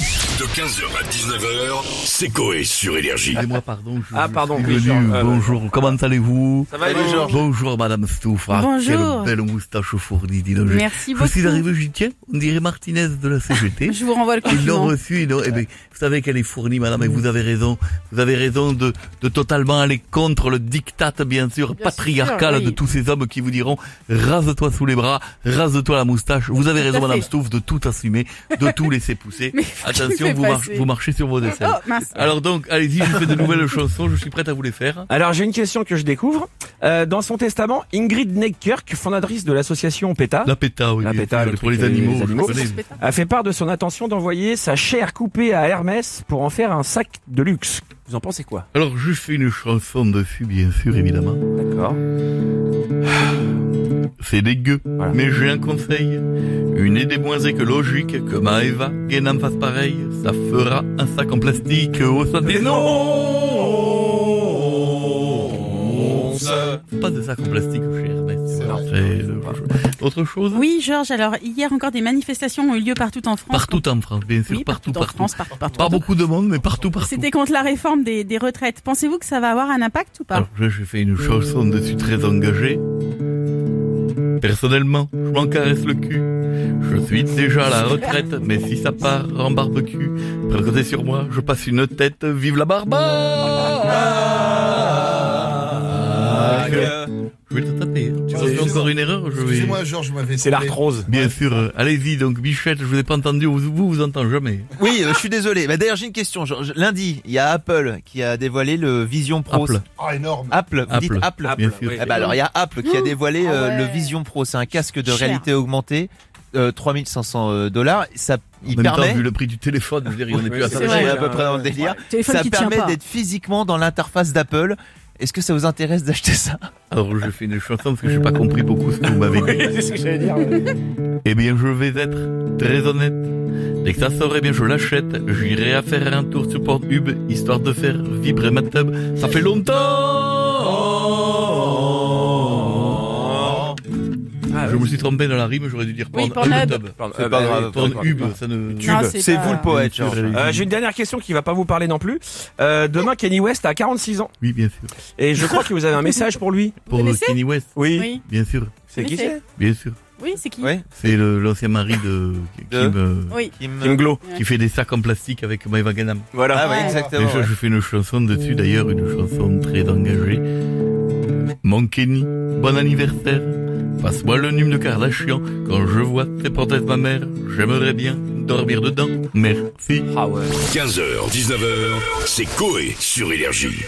De 15h à 19h, c'est Coé sur Énergie. Excusez-moi, pardon. je- Ah, je pardon, suis oui, venu. Georges, euh, bonjour, comment allez-vous Ça va, les gens Bonjour, madame Stouff. Ah, Bonjour. Quelle belle moustache fournie, dis donc. Je- Merci Je suis beaucoup. arrivé, je dis, tiens, on dirait Martinez de la CGT. Je vous renvoie le Ils l'ont compliment. reçu, ils l'ont- eh ben, vous savez qu'elle est fournie, madame, et vous avez raison. Vous avez raison de, de totalement aller contre le diktat, bien sûr, Bien patriarcal sûr, oui. de tous ces hommes qui vous diront, rase-toi sous les bras, rase-toi la moustache. Vous avez Tout raison, à madame fait. Stouff, de tout assumer, de tout laisser pousser. Mais vous Attention, pouvez vous, marchez- passer. vous marchez sur vos aisselles. Oh mince. Alors donc, allez-y, je fais de nouvelles chansons, je suis prête à vous les faire. Alors j'ai une question que je découvre. Euh, dans son testament, Ingrid Neckirk, fondatrice de l'association PETA, La péta, oui. Ah. La bien péta, sûr, le pour truc, les euh, animaux. les je animaux. connais. a fait part de son intention d'envoyer sa chair coupée à Hermès pour en faire un sac de luxe. Vous en pensez quoi Alors, je fais une chanson dessus, bien sûr, évidemment. D'accord. C'est dégueu, Voilà. mais j'ai un conseil. Une idée moins écologique que Maeva Guénan fasse pareil. Ça fera un sac en plastique oh, au sein des Faut Pas de sac en plastique chez Hermès. Voilà, C'est euh, autre chose. Autre chose Oui, Georges, alors hier encore des manifestations ont eu lieu partout en France. Partout en France, bien sûr, Oui, partout, partout, en partout. France, partout, partout, Pas partout. beaucoup de monde, mais partout, partout. C'était contre la réforme des, des retraites. Pensez-vous que ça va avoir un impact ou pas Alors, je, je fais une chanson dessus très engagée. Personnellement, je m'en caresse le cul. Je suis déjà à la retraite, mais si ça part en barbecue, présentez sur moi, je passe une tête, vive la Ah, barbe euh, Je vais te taper. hein. Tu as fait encore une erreur, je vais... Excusez-moi, Georges, je m'avais. C'est l'arthrose. Bien sûr, euh, allez-y, donc Bichette, je vous ai pas entendu, vous vous, vous entend jamais. Oui, euh, je suis désolé. Bah, D'ailleurs, j'ai une question. Je- je- Lundi, il y a Apple qui a dévoilé le Vision Pro. Apple. Ah, énorme. Apple, vous Apple. dites Apple. Bien sûr. Ah, bah oui. Eh ben, alors, il y a Apple qui a dévoilé Ah euh, ouais. le Vision Pro. C'est un casque de Cher. réalité augmentée, euh, 3500 dollars. Ça, il en même temps, permet. vu le prix du téléphone, je veux dire, il y en a plus à c'est ça. on est vrai. à peu près dans le délire. Téléphone Ça qui tient permet pas. d'être physiquement dans l'interface d'Apple. Est-ce que ça vous intéresse d'acheter ça Ah. Alors Ah, je fais une chanson parce que j'ai pas compris beaucoup ce que vous m'avez dit. C'est ce que j'allais dire. Eh bien, je vais être très honnête. Dès que ça sort, eh bien, je l'achète. J'irai à faire un tour sur Pornhub, histoire de faire vibrer ma tub. Ça fait Ah, longtemps Ah, Je me suis trompé dans la rime, j'aurais dû dire Oui, Pornhub. Pornhub. C'est bah pas grave. Pornhub, ça ne... Non, c'est C'est pas- vous le poète, Georges. Euh, j'ai une dernière question qui va pas vous parler non plus. Euh, demain, Kenny West a 46 ans Oui, bien sûr. et je crois que vous avez un message pour lui. Pour connaissez Kenny West, Oui, bien sûr. C'est qui c'est Bien sûr. oui c'est qui Ouais. C'est le- l'ancien mari de... Kim, De euh, Oui. Kim- Kim Glow. Qui fait des sacs en plastique avec Maeva Ganam. Ah ouais, Ouais. exactement. Déjà, ouais. je fais une chanson dessus, d'ailleurs, une chanson très engagée. Mon Kenny, bon anniversaire. Passe-moi le nume de Kardashian. Quand je vois tes prothèses, ma mère, j'aimerais bien dormir dedans. Merci. Ah ouais. 15h, 19h, c'est Coé sur Énergie.